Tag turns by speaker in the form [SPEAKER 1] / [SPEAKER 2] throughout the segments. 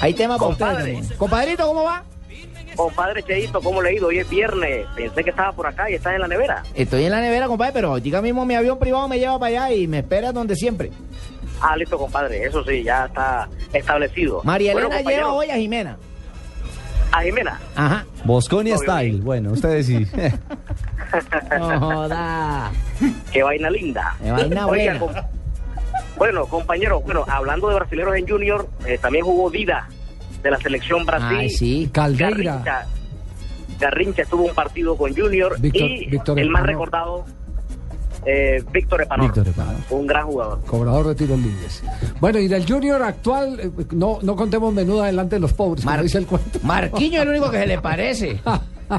[SPEAKER 1] Hay temas para ustedes.
[SPEAKER 2] Compadre.
[SPEAKER 1] mi amor. Compadrito, ¿cómo va?
[SPEAKER 2] Compadre Cheito, ¿cómo le ha ido? Hoy es viernes. Pensé que estaba por acá y estás en la nevera.
[SPEAKER 1] Estoy en la nevera, compadre, pero llega mismo mi avión privado, me lleva para allá y me espera donde siempre.
[SPEAKER 2] Ah, listo, compadre. Eso sí, ya está establecido.
[SPEAKER 1] María Elena
[SPEAKER 2] Bueno, compañero,
[SPEAKER 1] lleva hoy a Jimena.
[SPEAKER 2] A Jimena.
[SPEAKER 1] Ajá.
[SPEAKER 3] Bosconi
[SPEAKER 2] Obvio.
[SPEAKER 3] Style. Bueno, ustedes sí.
[SPEAKER 1] No joda.
[SPEAKER 2] Qué vaina linda.
[SPEAKER 1] Qué vaina Eh, buena.
[SPEAKER 2] bueno, compañero, bueno, hablando de brasileños en Junior, eh, también jugó Dida de la selección Brasil.
[SPEAKER 1] Ay, sí.
[SPEAKER 4] Caldeira.
[SPEAKER 2] Garrincha, Garrincha estuvo un partido con Junior
[SPEAKER 4] Víctor-
[SPEAKER 2] y
[SPEAKER 4] Víctor
[SPEAKER 2] el más
[SPEAKER 4] Epanor.
[SPEAKER 2] recordado, eh, Víctor Epanor.
[SPEAKER 3] Víctor Epanor.
[SPEAKER 2] Un gran jugador.
[SPEAKER 4] Cobrador de tiros libres. Bueno, y del Junior actual, eh, no, no contemos menuda delante de los pobres, como
[SPEAKER 1] Mar-
[SPEAKER 4] dice el cuento.
[SPEAKER 1] Marquiño es el único que se le parece.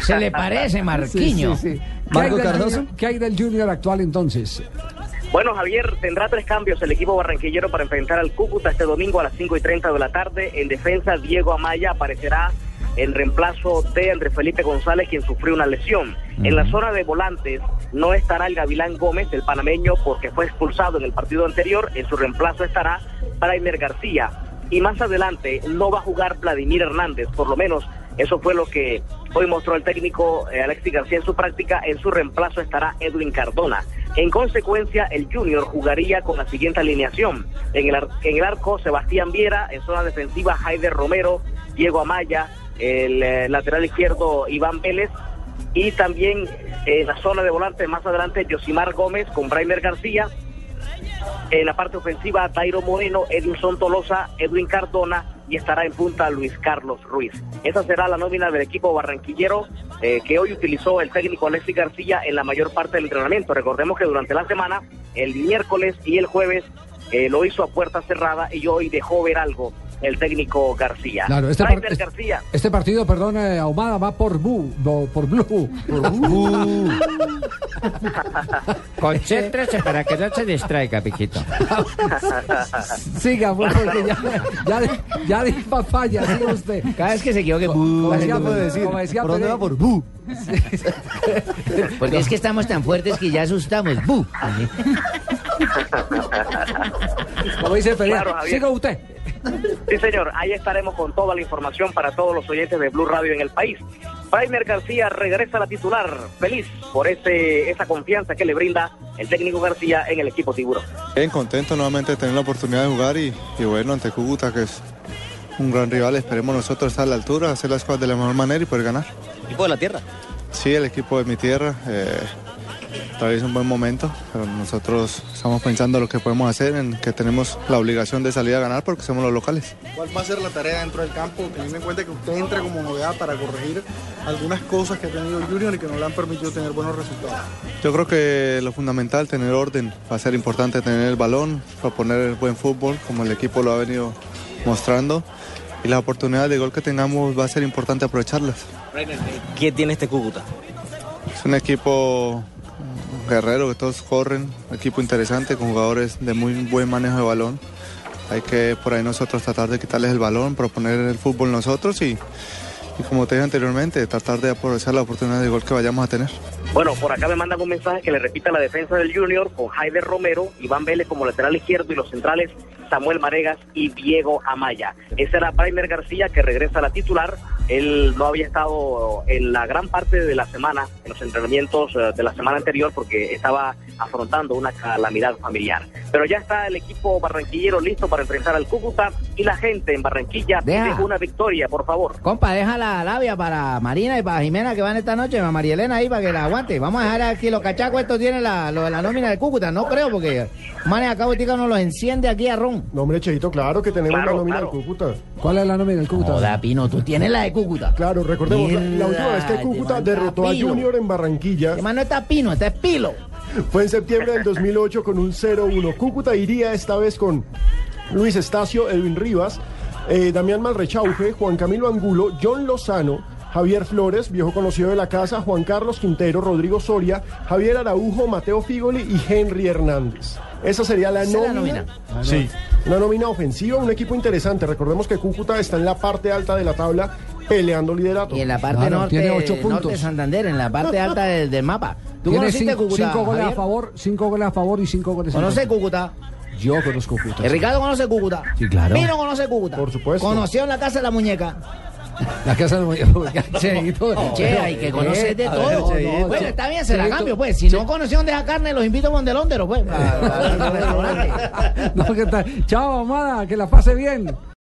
[SPEAKER 1] Se le parece, Marquiño.
[SPEAKER 4] Sí, sí, sí. ¿Qué
[SPEAKER 3] Marco
[SPEAKER 4] hay del
[SPEAKER 3] Cardoso.
[SPEAKER 4] Junior- ¿Qué hay del Junior actual entonces?
[SPEAKER 2] Ah, Bueno, Javier, tendrá tres cambios el equipo barranquillero para enfrentar al Cúcuta este domingo a las 5 y 30 de la tarde. En defensa, Diego Amaya aparecerá en reemplazo de Andrés Felipe González, quien sufrió una lesión. En la zona de volantes no estará el Gavilán Gómez, el panameño, porque fue expulsado en el partido anterior. En su reemplazo estará Braimer García. Y más adelante no va a jugar Vladimir Hernández, por lo menos eso fue lo que hoy mostró el técnico eh, Alexis García en su práctica. En su reemplazo estará Edwin Cardona. En consecuencia, el Junior jugaría con la siguiente alineación. En el, ar- en el arco, Sebastián Viera. En zona defensiva, Jaider Romero, Diego Amaya. El eh, lateral izquierdo, Iván Vélez. Y también eh, en la zona de volante, más adelante, Yosimar Gómez con Braimer García. En la parte ofensiva, Tairo Moreno, Edinson Tolosa, Edwin Cardona y estará en punta Luis Carlos Ruiz. Esa será la nómina del equipo barranquillero eh, que hoy utilizó el técnico Alexis García en la mayor parte del entrenamiento. Recordemos que durante la semana, el miércoles y el jueves, eh, lo hizo a puerta cerrada y hoy dejó ver algo el técnico García.
[SPEAKER 4] Claro, este,
[SPEAKER 2] Rainer
[SPEAKER 4] par- es-
[SPEAKER 2] García.
[SPEAKER 4] este partido, perdón, eh, Ahumada, va por Bu, bo- por Blue.
[SPEAKER 3] Uh,
[SPEAKER 1] Concéntrese para que no se distraiga, piquito.
[SPEAKER 4] Siga, pues, porque ya, ya, di- ya di pa- falla, siga usted.
[SPEAKER 1] Cada vez que se equivoque,
[SPEAKER 3] ¿Cómo
[SPEAKER 4] Como
[SPEAKER 3] se
[SPEAKER 4] decía
[SPEAKER 3] puede
[SPEAKER 4] Pérez,
[SPEAKER 3] decir?
[SPEAKER 4] como decía
[SPEAKER 3] ¿Por dónde
[SPEAKER 4] Pérez.
[SPEAKER 3] va por bu?
[SPEAKER 1] porque es que estamos tan fuertes que ya asustamos. ¡Bu!
[SPEAKER 4] Como dice Pereira,
[SPEAKER 2] Claro, Javier.
[SPEAKER 4] siga usted.
[SPEAKER 2] Sí, señor, ahí estaremos con toda la información para todos los oyentes de Blue Radio en el país. Primer García regresa a la titular, feliz por ese, esa confianza que le brinda el técnico García en el equipo tiburón.
[SPEAKER 5] Bien, contento nuevamente de tener la oportunidad de jugar y, y bueno, ante Cúcuta, que es un gran rival, esperemos nosotros estar a la altura, hacer las cosas de la mejor manera y poder ganar.
[SPEAKER 6] Equipo de la tierra.
[SPEAKER 5] Sí, el equipo de mi tierra eh, atraviesa un buen momento, pero nosotros estamos pensando lo que podemos hacer, en que tenemos la obligación de salir a ganar porque somos los locales.
[SPEAKER 7] ¿Cuál va a ser la tarea dentro del campo, teniendo en cuenta que usted entra como novedad para corregir algunas cosas que ha tenido Junior y que no le han permitido tener buenos resultados?
[SPEAKER 5] Yo creo que lo fundamental, tener orden, va a ser importante tener el balón, proponer el buen fútbol, como el equipo lo ha venido mostrando, y las oportunidades de gol que tengamos va a ser importante aprovecharlas.
[SPEAKER 6] ¿Qué tiene este Cúcuta?
[SPEAKER 5] Es un equipo guerrero que todos corren, un equipo interesante con jugadores de muy buen manejo de balón. Hay que por ahí nosotros tratar de quitarles el balón, proponer el fútbol nosotros y, y como te dije anteriormente, tratar de aprovechar la oportunidad de gol que vayamos a tener.
[SPEAKER 2] Bueno, por acá me mandan un mensaje que le repita la defensa del Junior con Jaime Romero, Iván Vélez como lateral izquierdo y los centrales Samuel Maregas y Diego Amaya. Ese era Primer García que regresa a la titular. Él no había estado en la gran parte de la semana, en los entrenamientos eh, de la semana anterior, porque estaba afrontando una calamidad familiar. Pero ya está el equipo barranquillero listo para enfrentar al Cúcuta y la gente en Barranquilla
[SPEAKER 1] Deja.
[SPEAKER 2] pide una victoria, por favor.
[SPEAKER 1] Compa, deja la labia para Marina y para Jimena que van esta noche, para María Elena ahí para que la aguante. Vamos a dejar aquí los cachacos, estos tienen la, lo de la nómina de Cúcuta, no creo, porque manes acá botica nos los enciende aquí a Ron.
[SPEAKER 8] No, hombre, Cheito, claro que tenemos
[SPEAKER 2] Claro,
[SPEAKER 8] la nómina
[SPEAKER 2] claro.
[SPEAKER 8] de Cúcuta.
[SPEAKER 4] ¿Cuál es la nómina del Cúcuta?
[SPEAKER 1] Joda, Pino, tú tienes la de Cúcuta.
[SPEAKER 8] Claro, recordemos, la, la última
[SPEAKER 1] Mierda,
[SPEAKER 8] vez que Cúcuta
[SPEAKER 1] te
[SPEAKER 8] derrotó a
[SPEAKER 1] manda pilo.
[SPEAKER 8] Junior en Barranquilla
[SPEAKER 1] Además no está Pino, está Pilo.
[SPEAKER 8] fue en septiembre del 2008 con un 0-1. Cúcuta iría esta vez con Luis Estacio, Edwin Rivas, eh, Damián Malrechauge, Juan Camilo Angulo, John Lozano. Javier Flores, viejo conocido de la casa, Juan Carlos Quintero, Rodrigo Soria, Javier Araujo, Mateo Figoli y Henry Hernández. Esa sería la
[SPEAKER 1] Esa es
[SPEAKER 8] nómina.
[SPEAKER 1] la nómina.
[SPEAKER 8] Sí. Una nómina ofensiva, un equipo interesante. Recordemos que Cúcuta está en la parte alta de la tabla peleando liderato.
[SPEAKER 1] Y en la parte
[SPEAKER 4] Claro,
[SPEAKER 1] norte,
[SPEAKER 4] tiene ocho
[SPEAKER 1] norte
[SPEAKER 4] puntos.
[SPEAKER 1] de Santander, en la parte alta del, del mapa. ¿Tú
[SPEAKER 4] Tiene
[SPEAKER 1] conociste
[SPEAKER 4] cinco,
[SPEAKER 1] Cúcuta?
[SPEAKER 4] cinco goles a
[SPEAKER 1] Javier?
[SPEAKER 4] favor, cinco goles a favor y cinco goles en
[SPEAKER 1] ¿Conoces
[SPEAKER 4] contra.
[SPEAKER 1] Cúcuta?
[SPEAKER 4] Yo conozco Cúcuta.
[SPEAKER 1] Eh, Ricardo conoce Cúcuta.
[SPEAKER 4] Sí, claro.
[SPEAKER 1] Mino conoce Cúcuta.
[SPEAKER 8] Por supuesto.
[SPEAKER 1] Conoció en la casa de la muñeca.
[SPEAKER 4] La casa no Cheito.
[SPEAKER 1] Che, hay que conocer de
[SPEAKER 4] eh, A
[SPEAKER 1] todo.
[SPEAKER 4] ver,
[SPEAKER 1] bueno,
[SPEAKER 4] Cheito.
[SPEAKER 1] está bien, se la
[SPEAKER 4] Cheito.
[SPEAKER 1] cambio, pues. Si no conoció donde esa carne, los invito a Ah, Bondelondero, pues. a- a- al restaurante.
[SPEAKER 4] No, ¿qué tal? Chao, Amada, que la pase bien.